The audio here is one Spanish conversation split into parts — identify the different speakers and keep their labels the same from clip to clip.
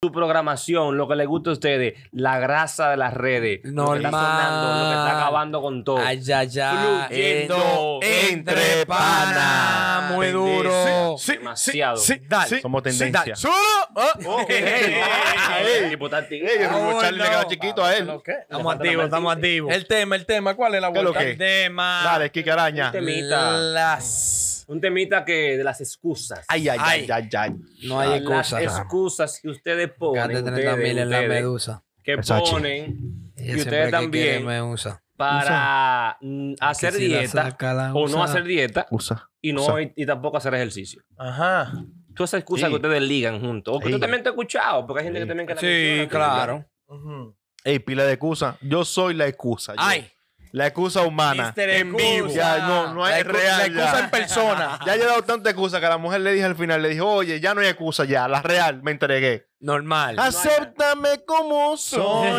Speaker 1: Tu programación, lo que le gusta a ustedes, la grasa de las redes, lo que está sonando, lo que está
Speaker 2: Normal.
Speaker 1: acabando con todo.
Speaker 2: Ay, ya, ya.
Speaker 3: eh,
Speaker 1: Fluyendo
Speaker 4: entre
Speaker 2: panas. Muy duro.
Speaker 4: Sí, sí,
Speaker 1: Demasiado.
Speaker 4: sí,
Speaker 2: Dale.
Speaker 4: sí, Somos tendencia.
Speaker 2: Solo.
Speaker 4: Oh, ey,
Speaker 1: Ay,
Speaker 4: ey, ey.
Speaker 1: tipo tan tigre.
Speaker 4: Ey, el
Speaker 2: Ah,
Speaker 4: Rumbo Charlie le
Speaker 2: no.
Speaker 4: quedó chiquito a él.
Speaker 3: ¿Qué?
Speaker 2: Estamos activos, estamos activos.
Speaker 3: El tema, el tema, ¿cuál es la
Speaker 4: ¿Qué es lo
Speaker 3: vuelta?
Speaker 4: que?
Speaker 2: tema.
Speaker 4: Dale, Kike Araña.
Speaker 1: Te- temita.
Speaker 2: Las.
Speaker 1: Un temita que de las excusas.
Speaker 4: Ay, ay, ay, ay, ay.
Speaker 2: No hay
Speaker 1: las
Speaker 2: excusas.
Speaker 1: excusas que ustedes ponen.
Speaker 2: Gante
Speaker 1: ustedes,
Speaker 2: 30 mil en la
Speaker 1: ustedes,
Speaker 2: medusa.
Speaker 1: que
Speaker 4: Versace.
Speaker 1: ponen
Speaker 2: Ella
Speaker 1: Y ustedes
Speaker 2: siempre que
Speaker 1: también.
Speaker 2: quiere me usa.
Speaker 1: para mm, hacer
Speaker 2: si la
Speaker 1: dieta
Speaker 2: saca, la
Speaker 1: o no
Speaker 2: usa.
Speaker 1: hacer dieta
Speaker 4: Usa.
Speaker 1: y no
Speaker 4: usa.
Speaker 1: y, y tampoco hacer ejercicio.
Speaker 3: Ajá.
Speaker 1: Todas esas excusas
Speaker 4: Sí.
Speaker 1: que ustedes ligan juntos. O que
Speaker 4: Sí.
Speaker 1: tú también te has escuchado, porque hay gente
Speaker 4: Sí.
Speaker 1: que también que la menciona,
Speaker 2: Sí,
Speaker 1: que-
Speaker 2: claro.
Speaker 3: Ujú.
Speaker 4: Ey, pila de excusa. Yo soy la excusa. yo.
Speaker 2: Ay.
Speaker 4: La excusa humana.
Speaker 2: Mister Excusa.
Speaker 4: Ya, no, no
Speaker 3: La
Speaker 4: hay
Speaker 3: excu-
Speaker 4: real.
Speaker 3: la excusa
Speaker 4: ya.
Speaker 3: en persona.
Speaker 4: Ya he dado tanta excusa que a la mujer le dije al final, le dije, oye, ya no hay excusa ya, la real, me entregué.
Speaker 2: Normal.
Speaker 4: Acéptame como soy.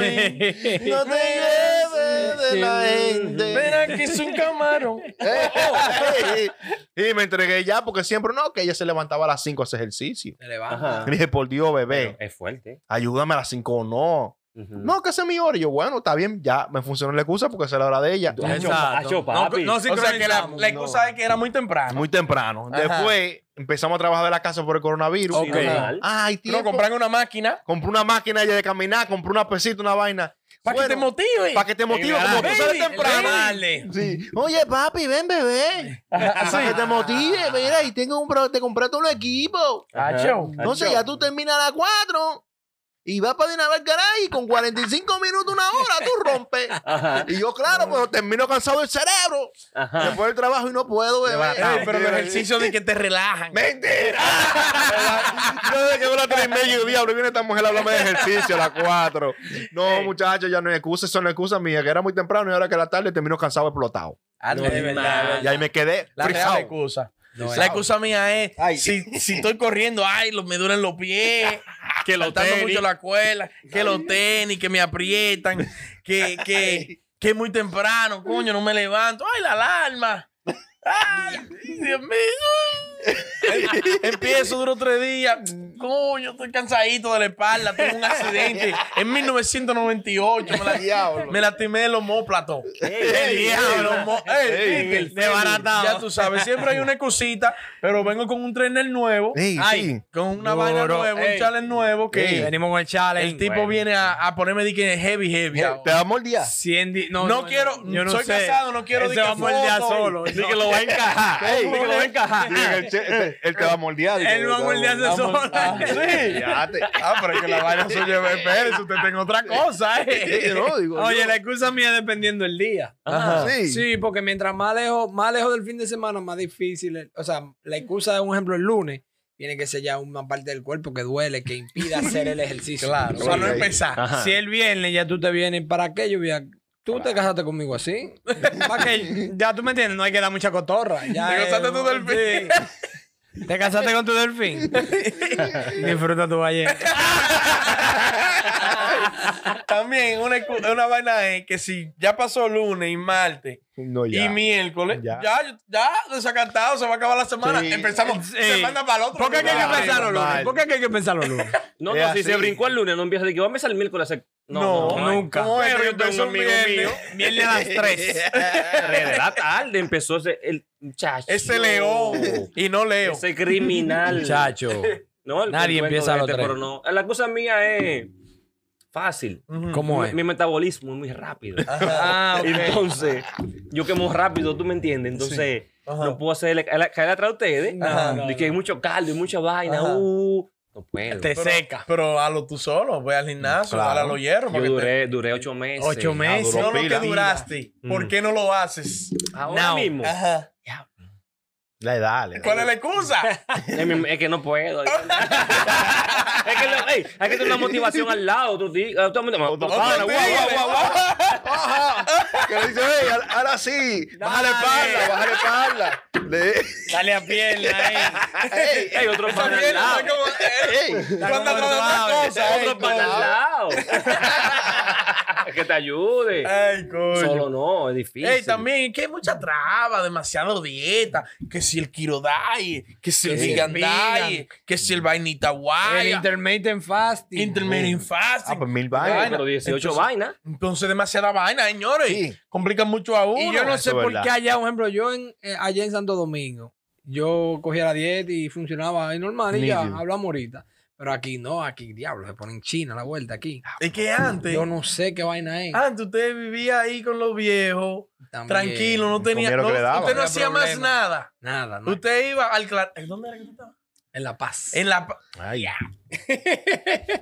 Speaker 4: No te lleves de la gente.
Speaker 3: Verán que es un camarón.
Speaker 4: Ey, y me entregué ya porque siempre no, que ella se levantaba a las 5 a hacer ejercicio.
Speaker 2: Se levanta.
Speaker 1: Ajá.
Speaker 4: Le dije, por Dios,
Speaker 1: Pero
Speaker 4: bebé,
Speaker 1: Es fuerte.
Speaker 4: ayúdame a las 5 no.
Speaker 1: Ujú.
Speaker 3: Mm.
Speaker 4: No, que sea mi hora. Y yo, bueno, está bien, ya me funcionó la excusa porque esa es la hora de ella.
Speaker 1: Hacho,
Speaker 2: Exacto.
Speaker 1: hacho,
Speaker 2: No,
Speaker 1: papi.
Speaker 2: no
Speaker 3: O sea que la,
Speaker 2: sincronizamos.
Speaker 3: la excusa es que era muy temprano.
Speaker 4: Ah, Muy temprano.
Speaker 3: Ajá.
Speaker 4: Después empezamos a trabajar de la casa por el coronavirus.
Speaker 2: Ok.
Speaker 1: normal.
Speaker 4: Ay, tío.
Speaker 3: No, compran una máquina
Speaker 4: Compré una máquina ya de caminar, compré una pesita, una vaina.
Speaker 3: para que te motive.
Speaker 4: Para que te motive, como tú sales temprano.
Speaker 3: Dale.
Speaker 4: Sí. Oye, papi, ven, bebé. Para que te motive, mira, y tengo un pro- te compré todo el equipo.
Speaker 1: Ajá.
Speaker 3: Acho.
Speaker 4: Entonces
Speaker 1: Acho.
Speaker 4: ya tú terminas a las 4 y vas para Dinamarca al Garay y con 45 minutos, una hora, tú rompes.
Speaker 1: Ajá,
Speaker 4: Y yo, claro, pues termino cansado del cerebro.
Speaker 1: ajá.
Speaker 4: Después del trabajo y no puedo, bebé.
Speaker 3: Ey, pero los ejercicios de que te relajan.
Speaker 4: ¡Mentira! Yo desde que veo la tres y media, digo, diablo, viene esta mujer a hablarme de ejercicio a las cuatro. No, muchachos, ya no hay excusas, son excusas mías, que era muy temprano y ahora que la tarde termino cansado, explotado.
Speaker 3: Ande, Ah, de verdad.
Speaker 4: Y ahí me quedé
Speaker 3: La real
Speaker 4: frisado.
Speaker 3: excusa.
Speaker 2: No es.
Speaker 3: la excusa mía es si, si estoy corriendo, ay, lo- me duelen los pies, que lo
Speaker 1: tenis.
Speaker 3: mucho la cuela, que los tenis, que me aprietan, que, que, que es muy temprano, coño, no me levanto, ay, la alarma. Ay, Dios mío. Empiezo, duro tres días. Coño, estoy cansadito de la espalda. Tuve un accidente en 1998. Me, la-
Speaker 4: Diablo.
Speaker 3: me lastimé el homóplato.
Speaker 4: Ey,
Speaker 3: Diablo,
Speaker 4: ey,
Speaker 3: mo- ey,
Speaker 4: ey,
Speaker 3: viste,
Speaker 2: el
Speaker 3: desbaratado. Ya tú sabes, siempre hay una excusita, pero vengo con un trainer nuevo.
Speaker 4: Ey,
Speaker 3: Ay,
Speaker 4: sí.
Speaker 3: Con una
Speaker 2: Duro,
Speaker 3: vaina nueva, un
Speaker 2: ey.
Speaker 3: challenge nuevo que
Speaker 4: Ey.
Speaker 2: Venimos con el challenge.
Speaker 3: el tipo viene a, a ponerme de que heavy, heavy. ahora.
Speaker 4: Te damos el día.
Speaker 2: 100 di-
Speaker 3: No quiero- soy casado, no quiero
Speaker 2: Él
Speaker 3: di
Speaker 2: se
Speaker 3: que
Speaker 2: va a moldear
Speaker 3: foto.
Speaker 2: solo. Ni que lo va a encajar.
Speaker 4: Ey.
Speaker 2: Ni que lo va a encajar.
Speaker 4: Él te- él te va a moldear. digo,
Speaker 2: Él va a
Speaker 4: te
Speaker 2: moldearse
Speaker 4: vamos-
Speaker 2: solo.
Speaker 4: Ah, sí. Fíjate.
Speaker 3: Ah, pero es que la vaina suya es espérese, usted tengo otra
Speaker 2: Cosa, eh.
Speaker 4: Sí, no, digo,
Speaker 2: Oye,
Speaker 4: yo-
Speaker 2: la excusa mía es dependiendo el día.
Speaker 4: Ajá. Sí.
Speaker 2: Sí, porque mientras más lejos, más lejos del fin de semana, más difícil. es. O sea, la excusa de un ejemplo el lunes tiene que ser ya una parte del cuerpo que duele, que impida hacer el ejercicio. Claro.
Speaker 3: Para no empezar.
Speaker 1: Ajá.
Speaker 2: Si el viernes ya tú te vienes, ¿para qué yo voy a- Tú te casaste conmigo así. ¿Para que Ya tú me entiendes, no hay que dar mucha cotorra. Ya
Speaker 3: Te
Speaker 2: es-
Speaker 3: casaste tú delfín.
Speaker 2: Sí. Te casaste con tu delfín. Disfruta tu ballena.
Speaker 3: También una, excu- una vaina es que si ya pasó lunes y martes
Speaker 4: No, ya.
Speaker 3: y miércoles, ya.
Speaker 4: Ya.
Speaker 3: ya, desacantado, se va a acabar la semana.
Speaker 4: Sí.
Speaker 3: Empezamos
Speaker 2: Sí.
Speaker 3: semana para el otro.
Speaker 2: ¿Por qué hay que
Speaker 4: Ay,
Speaker 2: pensar los lunes?
Speaker 4: vale.
Speaker 2: ¿Por qué hay que pensar los lunes?
Speaker 1: No,
Speaker 4: Es
Speaker 1: no, si
Speaker 4: así.
Speaker 1: se brincó el lunes, no empieza de que vamos a empezar el miércoles. a hacer-
Speaker 3: No,
Speaker 1: hay.
Speaker 2: nunca.
Speaker 3: ¿Cómo es?
Speaker 1: Pero
Speaker 3: Yo
Speaker 1: yo tengo
Speaker 3: empezó
Speaker 1: un amigo
Speaker 3: un viernes.
Speaker 1: mío.
Speaker 2: Viernes a las 3.
Speaker 1: Tres de la tarde empezó ese, el muchacho.
Speaker 3: Ese león. Y no leo.
Speaker 1: Ese criminal.
Speaker 2: Muchacho,
Speaker 1: No, el
Speaker 2: Nadie
Speaker 1: cuento
Speaker 2: empieza a
Speaker 1: de
Speaker 2: los tres.
Speaker 1: Pero no. La excusa mía es fácil.
Speaker 2: ¿cómo
Speaker 1: Mi-
Speaker 2: es?
Speaker 1: Mi metabolismo es muy rápido.
Speaker 2: Ah, ok.
Speaker 1: Entonces, yo quemo rápido, tú me entiendes. Entonces,
Speaker 3: Ajá.
Speaker 1: no puedo hacer la- la- caer atrás de ustedes.
Speaker 2: Ajá.
Speaker 1: de que hay mucho caldo y mucha vaina.
Speaker 3: Ajá. Este,
Speaker 1: Uh, no puedo.
Speaker 2: Te
Speaker 3: Pero-
Speaker 2: seca.
Speaker 3: Pero hazlo tú solo, ve al gimnasio,
Speaker 1: Claro.
Speaker 3: dale a los hierros.
Speaker 1: Yo
Speaker 3: para que te-
Speaker 1: duré, duré ocho meses.
Speaker 2: Ocho
Speaker 1: Ah,
Speaker 2: meses.
Speaker 1: duró
Speaker 3: No lo
Speaker 4: pila.
Speaker 3: que duraste, ¿por
Speaker 1: Mm.
Speaker 3: qué no lo haces?
Speaker 1: Ahora
Speaker 2: Now.
Speaker 1: mismo.
Speaker 3: Ajá.
Speaker 4: La edad, la edad.
Speaker 3: ¿Cuál es la excusa?
Speaker 1: Es, mi- es que no puedo. es que, lo- ey, hay que tener una motivación al lado. Tú, di- automáticamente-
Speaker 4: Otro tigre.
Speaker 1: guau, guau, guau, guau.
Speaker 4: Ajá. Que le dice, "Ey, al- trabajar así. Bájale espalda, bájale espalda. Le-
Speaker 3: Dale a pierna ahí.
Speaker 4: Ey,
Speaker 1: Hay otro pan al
Speaker 3: pierna
Speaker 1: lado.
Speaker 3: está como-
Speaker 4: ey.
Speaker 3: Está como suave.
Speaker 1: Otro pan al lado. que te ayude.
Speaker 3: Ay, coño.
Speaker 1: Solo no, es difícil.
Speaker 3: Ey, también, es que hay mucha traba, demasiado dieta. Que si el Kirodai, que si el
Speaker 2: Que si el
Speaker 3: vegan diet,
Speaker 2: vegan.
Speaker 3: que si el vainita
Speaker 2: El
Speaker 3: guay,
Speaker 2: intermittent fasting.
Speaker 3: intermittent fasting.
Speaker 4: Ah, pues mil
Speaker 1: Ay,
Speaker 4: vainas.
Speaker 1: pero 18
Speaker 3: Entonces-
Speaker 1: vainas.
Speaker 3: Entonces, demasiada vaina, señores.
Speaker 4: Sí.
Speaker 3: Complica mucho a uno.
Speaker 2: Y yo no
Speaker 4: Eso
Speaker 2: sé
Speaker 4: es
Speaker 2: por
Speaker 4: verdad.
Speaker 2: qué allá, por ejemplo, yo en, eh, allá en Santo Domingo, yo cogía la dieta y funcionaba ahí normal y ya,
Speaker 4: Nítido.
Speaker 2: hablamos ahorita. Pero aquí no, aquí, diablo, se ponen china la vuelta aquí.
Speaker 3: Es que antes,
Speaker 2: Yo no sé qué vaina es.
Speaker 3: antes usted vivía ahí con los viejos,
Speaker 2: También.
Speaker 3: tranquilo, no tenía.
Speaker 4: Comía lo
Speaker 3: no-
Speaker 4: que le daban.
Speaker 3: usted no
Speaker 2: No
Speaker 3: hacía
Speaker 2: había
Speaker 3: más
Speaker 2: problema.
Speaker 3: nada.
Speaker 2: Nada, no.
Speaker 3: Usted iba al. cla- ¿Dónde era que tú estabas?
Speaker 2: En La Paz.
Speaker 3: En la. pa-
Speaker 4: Ay,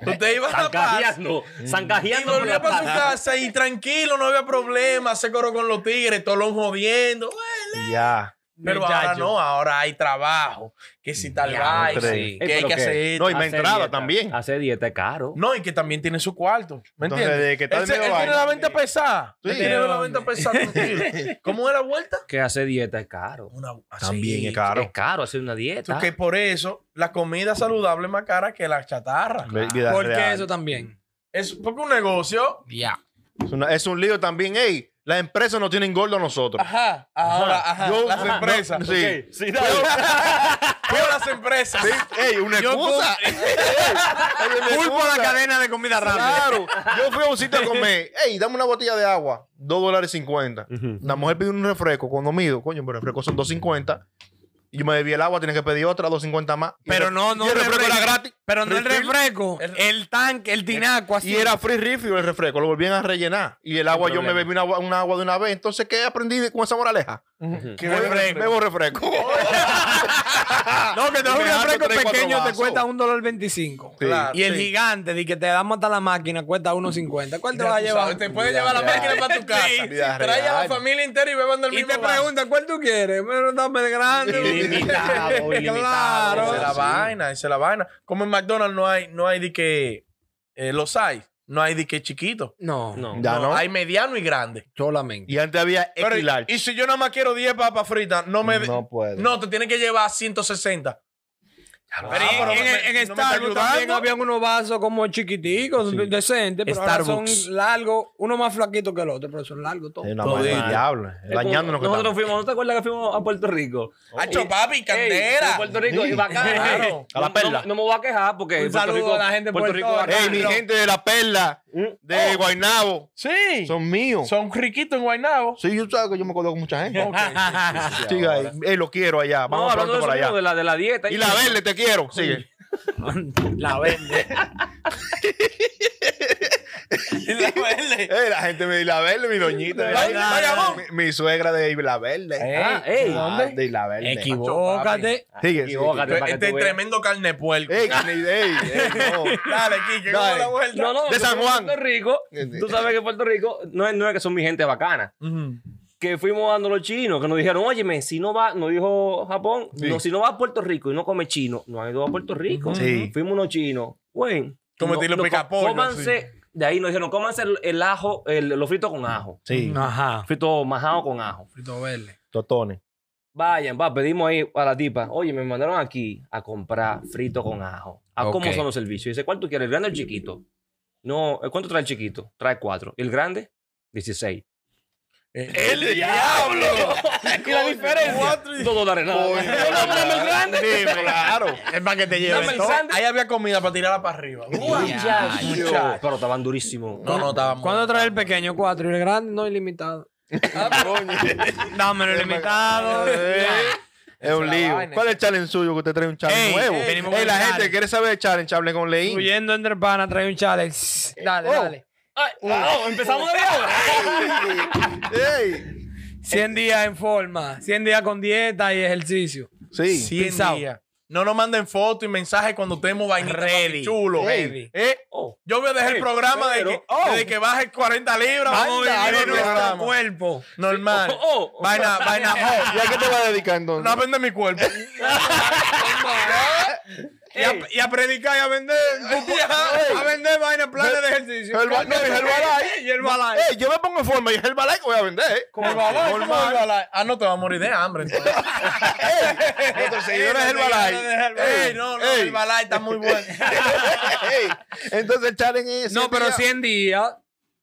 Speaker 3: Usted iba a la paz.
Speaker 1: Zancajeando.
Speaker 3: Y
Speaker 1: Zancajeando por
Speaker 3: volvía
Speaker 1: la
Speaker 3: para su
Speaker 1: paz.
Speaker 3: casa y tranquilo, no había problema. Se coró con los tigres, Tolón jodiendo. Bueno,
Speaker 4: ya.
Speaker 3: Pero ahora no, ahora hay trabajo. Que si tal
Speaker 2: Ya,
Speaker 3: vaina,
Speaker 4: no creo.
Speaker 3: sí,
Speaker 1: Ey,
Speaker 3: que hay
Speaker 1: pero
Speaker 3: que
Speaker 1: qué.
Speaker 3: hacer. esto.
Speaker 4: No, y me
Speaker 1: Hacer
Speaker 4: entraba
Speaker 1: dieta.
Speaker 4: también.
Speaker 1: Hacer dieta es caro.
Speaker 3: No, y que también tiene su cuarto. ¿Me
Speaker 4: Entonces,
Speaker 3: entiendes?
Speaker 4: de que está
Speaker 3: él
Speaker 4: el
Speaker 3: se- él
Speaker 4: medio
Speaker 3: tiene
Speaker 4: baño.
Speaker 3: la venta pesada.
Speaker 4: Sí.
Speaker 3: Él tiene la venta pesada. tranquilo. ¿Cómo era la vuelta?
Speaker 1: Que hacer dieta es caro.
Speaker 3: Una, así.
Speaker 4: También es caro.
Speaker 1: Es caro hacer una
Speaker 3: Tú
Speaker 1: dieta.
Speaker 3: Que por eso la comida saludable es más cara que la chatarra.
Speaker 4: Ve- vida
Speaker 2: ¿Por qué
Speaker 4: real.
Speaker 2: eso también?
Speaker 3: Es porque un negocio.
Speaker 2: Ya.
Speaker 4: Es, una- es un lío también, ey. Las empresas nos tienen gordo a nosotros.
Speaker 3: Ajá. Ahora, ajá.
Speaker 4: Yo-
Speaker 3: las
Speaker 4: ajá.
Speaker 3: empresas.
Speaker 4: No,
Speaker 3: No,
Speaker 4: sí.
Speaker 1: Sí, dale.
Speaker 3: las empresas.
Speaker 4: Sí, ey, una
Speaker 3: Yo
Speaker 4: excusa. Culpo a la cadena
Speaker 2: de comida
Speaker 4: Claro, yo fui a un sitio a comer. Ey, dame una botella de agua, 2 dólares 50. La mujer pidió un refresco cuando mido, coño, pero el refresco son 2.50. Y yo me bebí el agua, tenía que pedir otra, 2.50 más. Y
Speaker 2: Pero
Speaker 4: el-
Speaker 2: no, no
Speaker 4: Y el refresco
Speaker 2: refresco.
Speaker 4: era gratis.
Speaker 2: Pero no el
Speaker 4: Refill.
Speaker 2: refresco,
Speaker 3: El- Eh,
Speaker 2: el tanque, el tinaco, así.
Speaker 4: Y era free refill el refresco, lo volvían a rellenar. Y el agua, yo me
Speaker 1: problema.
Speaker 4: bebí una, agua- una agua de una vez. Entonces, ¿qué aprendí de- con esa moraleja?
Speaker 3: Que
Speaker 4: Bebo- Bebo refresco.
Speaker 2: No, que te das
Speaker 4: Y
Speaker 2: un
Speaker 4: me gasto
Speaker 2: refresco
Speaker 4: tres, cuatro
Speaker 2: pequeño, te
Speaker 4: vasos.
Speaker 2: cuesta un dólar veinticinco.
Speaker 4: Sí.
Speaker 3: Claro.
Speaker 2: Y el
Speaker 3: Sí.
Speaker 2: gigante, de que te damos hasta la máquina, cuesta 1.50. ¿Cuál
Speaker 3: Ya
Speaker 2: te vas a
Speaker 3: tú
Speaker 2: llevar?
Speaker 3: sabes, te puedes llevar la máquina para tu casa.
Speaker 4: sí, vida
Speaker 3: Trae a la
Speaker 4: real.
Speaker 3: familia entera y beban del
Speaker 2: Y
Speaker 3: mismo
Speaker 2: te
Speaker 3: vaso.
Speaker 2: pregunta, ¿cuál tú quieres? Pero dame de grande.
Speaker 1: Ilimitado, ilimitado.
Speaker 3: Esa es la
Speaker 2: Claro.
Speaker 1: Sí.
Speaker 3: vaina, esa es la vaina. Como en McDonald's no hay, no hay de que eh, los hay, no hay de que chiquito.
Speaker 2: No,
Speaker 1: No.
Speaker 4: Ya no.
Speaker 3: Hay mediano y grande.
Speaker 2: solamente.
Speaker 4: Y antes había
Speaker 3: Pero,
Speaker 4: equilar.
Speaker 3: y si yo nada más quiero 10 papas fritas, no me. No,
Speaker 4: No puedo.
Speaker 3: te tienen que llevar 160.
Speaker 2: Pero
Speaker 3: Ah,
Speaker 2: en-
Speaker 3: pero
Speaker 2: en,
Speaker 3: me-
Speaker 2: en
Speaker 3: no me está
Speaker 2: Starbucks también
Speaker 3: ayudando.
Speaker 2: habían unos vasos como chiquiticos,
Speaker 4: Sí.
Speaker 2: decentes, pero ahora
Speaker 3: Starbucks.
Speaker 2: son largos, uno más flaquito que el otro, pero son largos todos.
Speaker 4: Es una
Speaker 3: Todo
Speaker 4: vaina del
Speaker 3: mal.
Speaker 4: diablo.
Speaker 1: Es como-
Speaker 4: Dañándonos que
Speaker 1: Nosotros
Speaker 4: estamos.
Speaker 1: fuimos, ¿no te acuerdas que fuimos a Puerto Rico?
Speaker 3: Hacho
Speaker 1: Y-
Speaker 3: papi, candela.
Speaker 1: Ey, Puerto Rico, y bacán.
Speaker 3: Claro.
Speaker 4: A la
Speaker 1: No-
Speaker 4: perla.
Speaker 1: No, no me voy a quejar porque.
Speaker 2: Un
Speaker 1: Puerto
Speaker 2: saludo
Speaker 1: Rico-
Speaker 2: a la gente de Puerto
Speaker 1: Rico.
Speaker 2: Rico.
Speaker 1: bacán.
Speaker 4: Ey, mi gente de la perla, de Guaynabo,
Speaker 3: Sí. Son,
Speaker 4: son míos.
Speaker 3: riquitos en Guaynabo.
Speaker 4: Sí, yo sabes que yo me acuerdo con mucha gente. Sigue ahí. Ey, lo quiero allá.
Speaker 1: No,
Speaker 4: Vamos
Speaker 1: hablando
Speaker 4: pronto
Speaker 1: de
Speaker 4: por
Speaker 1: eso mismo,
Speaker 4: allá.
Speaker 1: de la, de la dieta.
Speaker 4: Y la verde, te quiero. Sigue.
Speaker 2: La vende.
Speaker 3: Y la verde.
Speaker 4: Ey, la gente me dice la verde, mi doñita.
Speaker 3: Vaya,
Speaker 4: Mira,
Speaker 3: vaya, vamos.
Speaker 4: mi- Mi suegra de la verde.
Speaker 1: Ah, ey.
Speaker 4: De la verde.
Speaker 2: Equivócate.
Speaker 4: Sigue, sigue.
Speaker 1: Equivócate. para que
Speaker 3: Este
Speaker 1: tú veas.
Speaker 3: tremendo carne de puerco.
Speaker 4: Ey, que ni- ey, ey, no.
Speaker 3: Dale, Kike, ¿cómo
Speaker 4: Dale.
Speaker 3: la vuelta?
Speaker 1: No, no,
Speaker 4: De San
Speaker 1: fuimos a
Speaker 4: Juan. Eh,
Speaker 1: Puerto Rico, tú sabes que Puerto Rico no es, no es que son mi gente bacana.
Speaker 3: Ujú.
Speaker 1: Que fuimos dando los chinos, que nos dijeron, óyeme, si no va, nos dijo Japón, no, si no va a Puerto Rico y no come chino, no ha ido a Puerto Rico.
Speaker 4: Sí.
Speaker 1: Fuimos unos chinos, güey.
Speaker 3: Como
Speaker 1: no-
Speaker 3: estilo
Speaker 1: no,
Speaker 3: picapollo,
Speaker 1: Cómanse, de ahí nos dijeron, cómanse el, el ajo, el, lo frito con ajo.
Speaker 4: Sí,
Speaker 2: Ajá.
Speaker 1: Frito majado con ajo.
Speaker 2: Frito verde.
Speaker 4: totones.
Speaker 1: Vayan, va, pedimos ahí a la tipa. Oye, me mandaron aquí a comprar frito con ajo. ¿A cómo
Speaker 2: Ok.
Speaker 1: son los servicios? Dice, ¿cuál tú quieres? ¿El grande o el chiquito? No, eh, ¿cuánto trae el chiquito? Trae cuatro. ¿Y el grande? 16.
Speaker 3: Eh, ¡El diablo!
Speaker 1: ¿Y la diferencia? Dos dólares nada. más. Yo no, pero dame el grande.
Speaker 4: Sí, claro.
Speaker 3: Es para que te
Speaker 1: Dame el grande.
Speaker 3: Ahí había comida para tirarla para arriba. Uah.
Speaker 1: Muchacho.
Speaker 4: Muchacho.
Speaker 1: Pero estaban durísimos.
Speaker 3: No, no, estaba muy-
Speaker 2: ¿Cuándo trae el pequeño? Cuatro. Y el grande no ilimitado. Dámelo ilimitado.
Speaker 4: Eh, Es un
Speaker 3: la
Speaker 4: lío.
Speaker 3: vaina.
Speaker 4: ¿Cuál es el challenge suyo que usted trae un challenge
Speaker 2: Ey,
Speaker 4: nuevo?
Speaker 2: ey, venimos
Speaker 4: Ey,
Speaker 2: con
Speaker 4: la
Speaker 2: el
Speaker 4: gente
Speaker 2: challenge.
Speaker 4: quiere saber el challenge, hable con Leín.
Speaker 2: Huyendo entre pana, trae un challenge. Dale,
Speaker 4: Oh.
Speaker 2: dale.
Speaker 1: Ay, no, empezamos de nuevo.
Speaker 4: Ey.
Speaker 2: 100 días en forma. 100 días con dieta y ejercicio.
Speaker 4: Sí.
Speaker 3: 100
Speaker 2: Pisao.
Speaker 3: días. No nos manden fotos y mensajes cuando estemos vainita papi,
Speaker 2: Ready.
Speaker 3: chulo.
Speaker 2: Ready.
Speaker 3: Eh,
Speaker 1: Oh.
Speaker 3: yo voy a dejar el
Speaker 1: Ey,
Speaker 3: programa de que,
Speaker 1: pero- oh.
Speaker 3: de que baje 40 libras.
Speaker 2: Vamos a
Speaker 3: Anda,
Speaker 2: vivir
Speaker 3: hay un
Speaker 2: nuestro
Speaker 3: programa.
Speaker 2: cuerpo.
Speaker 3: Normal.
Speaker 1: Oh, oh.
Speaker 3: Vaina, oh. vaina hot. pues,
Speaker 4: ¿Y a qué te vas a dedicar entonces?
Speaker 3: No aprende mi cuerpo.
Speaker 2: Y a, y a predicar y a vender. a vender vainas, planes de ejercicio.
Speaker 4: El ba- no, y Herbalife.
Speaker 2: Y el balay.
Speaker 4: Ey, yo me pongo en forma y es el balay que voy a vender. ¿eh?
Speaker 3: Como el balay, como el balay. Ah, no, te vas a morir de hambre. entonces.
Speaker 4: Nuestros
Speaker 3: Ey,
Speaker 4: seguidores es el balay.
Speaker 3: no, Ey, no, no,
Speaker 4: Ey.
Speaker 3: el balay está muy bueno.
Speaker 4: Ey, Entonces el challenge es.
Speaker 2: No,
Speaker 4: siete
Speaker 2: pero
Speaker 4: días.
Speaker 2: 100 días.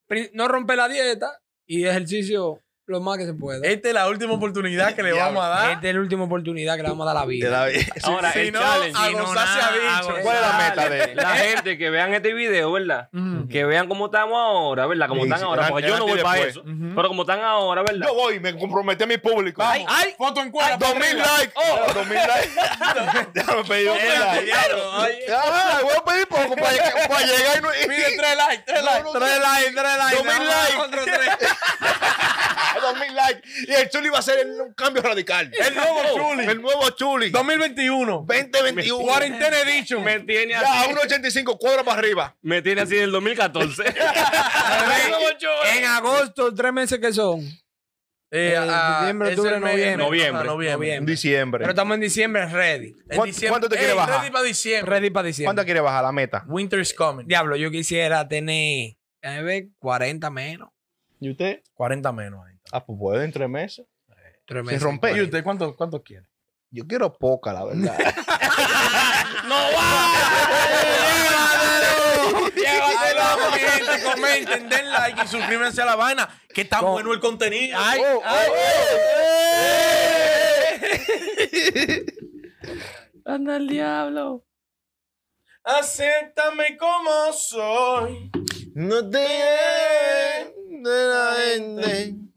Speaker 2: pri- No romper la dieta y ejercicio lo más que se pueda.
Speaker 3: Esta es la última oportunidad que le vamos a dar.
Speaker 2: Esta es la última oportunidad que le vamos a dar a la
Speaker 4: Te
Speaker 2: vida.
Speaker 4: da bien.
Speaker 1: Ahora,
Speaker 3: Si
Speaker 1: el
Speaker 3: no,
Speaker 1: challenge.
Speaker 3: a
Speaker 1: Si no,
Speaker 3: gozar se
Speaker 1: nada,
Speaker 3: ha dicho.
Speaker 1: a
Speaker 4: ¿Cuál es la
Speaker 1: gozar.
Speaker 4: meta de él?
Speaker 1: La gente que vean este video, ¿verdad? Que vean cómo estamos ahora, ¿verdad? Como
Speaker 4: Sí,
Speaker 1: están
Speaker 4: sí,
Speaker 1: ahora.
Speaker 4: eran-
Speaker 1: Porque yo
Speaker 4: eran
Speaker 1: no voy
Speaker 4: antes y
Speaker 1: para eso.
Speaker 4: después.
Speaker 1: Pero como están ahora, ¿verdad?
Speaker 4: Yo voy, me comprometí a mi público.
Speaker 3: Ay, ay, foto en Oh, cuerda.
Speaker 4: Dos mil likes. Dos mil likes. Déjame pedir dos mil
Speaker 3: Espérate,
Speaker 4: likes.
Speaker 3: diablo, ay.
Speaker 4: Ah, voy a pedir poco para llegar, para llegar y no.
Speaker 3: Pide tres likes, tres likes.
Speaker 4: no,
Speaker 3: Tres
Speaker 4: no.
Speaker 3: likes, tres likes.
Speaker 4: Dos mil
Speaker 3: Nada más
Speaker 4: likes.
Speaker 3: contra tres.
Speaker 4: Ah, Dos mil likes. Y el Chuli va a ser el- un cambio radical. Oh,
Speaker 3: El nuevo Chuli.
Speaker 4: El nuevo Chuli.
Speaker 3: 2021.
Speaker 4: 2021.
Speaker 3: Cuarentena Edition.
Speaker 1: Me tiene
Speaker 4: Ya, a
Speaker 1: así.
Speaker 4: 1.85, cuadra para arriba.
Speaker 1: Me tiene así del 2014.
Speaker 2: En agosto, tres meses que son.
Speaker 3: Eh, ah,
Speaker 2: septiembre,
Speaker 3: es
Speaker 2: octubre,
Speaker 3: el mes-
Speaker 2: Ah, noviembre.
Speaker 3: ajá,
Speaker 4: En
Speaker 3: Noviembre.
Speaker 4: diciembre.
Speaker 2: Pero estamos en diciembre, ready.
Speaker 3: En
Speaker 4: ¿Cuánto-
Speaker 3: diciembre.
Speaker 4: cuánto te
Speaker 3: Ey,
Speaker 4: quiere bajar?
Speaker 3: Ready para diciembre.
Speaker 2: Ready para diciembre.
Speaker 4: ¿Cuánto quiere bajar la meta?
Speaker 3: Winter's coming.
Speaker 2: Diablo, yo quisiera tener, déjame ver, 40 menos.
Speaker 4: ¿Y usted?
Speaker 3: 40 menos. ahí.
Speaker 4: Ah, pues puede en tres meses.
Speaker 2: Tres
Speaker 4: Sin
Speaker 2: meses.
Speaker 4: romper.
Speaker 3: ¿Y usted cuánto, cuánto quiere?
Speaker 4: Yo quiero poca, la verdad.
Speaker 1: ¡No va!
Speaker 3: Llévatelo, mi gente, comenten, den like y suscríbanse a la vaina. Que está bueno el contenido. Ay,
Speaker 4: Oh, oh,
Speaker 3: ay.
Speaker 1: ¡Anda el diablo!
Speaker 3: Acéptame como soy.
Speaker 4: No te de la gente.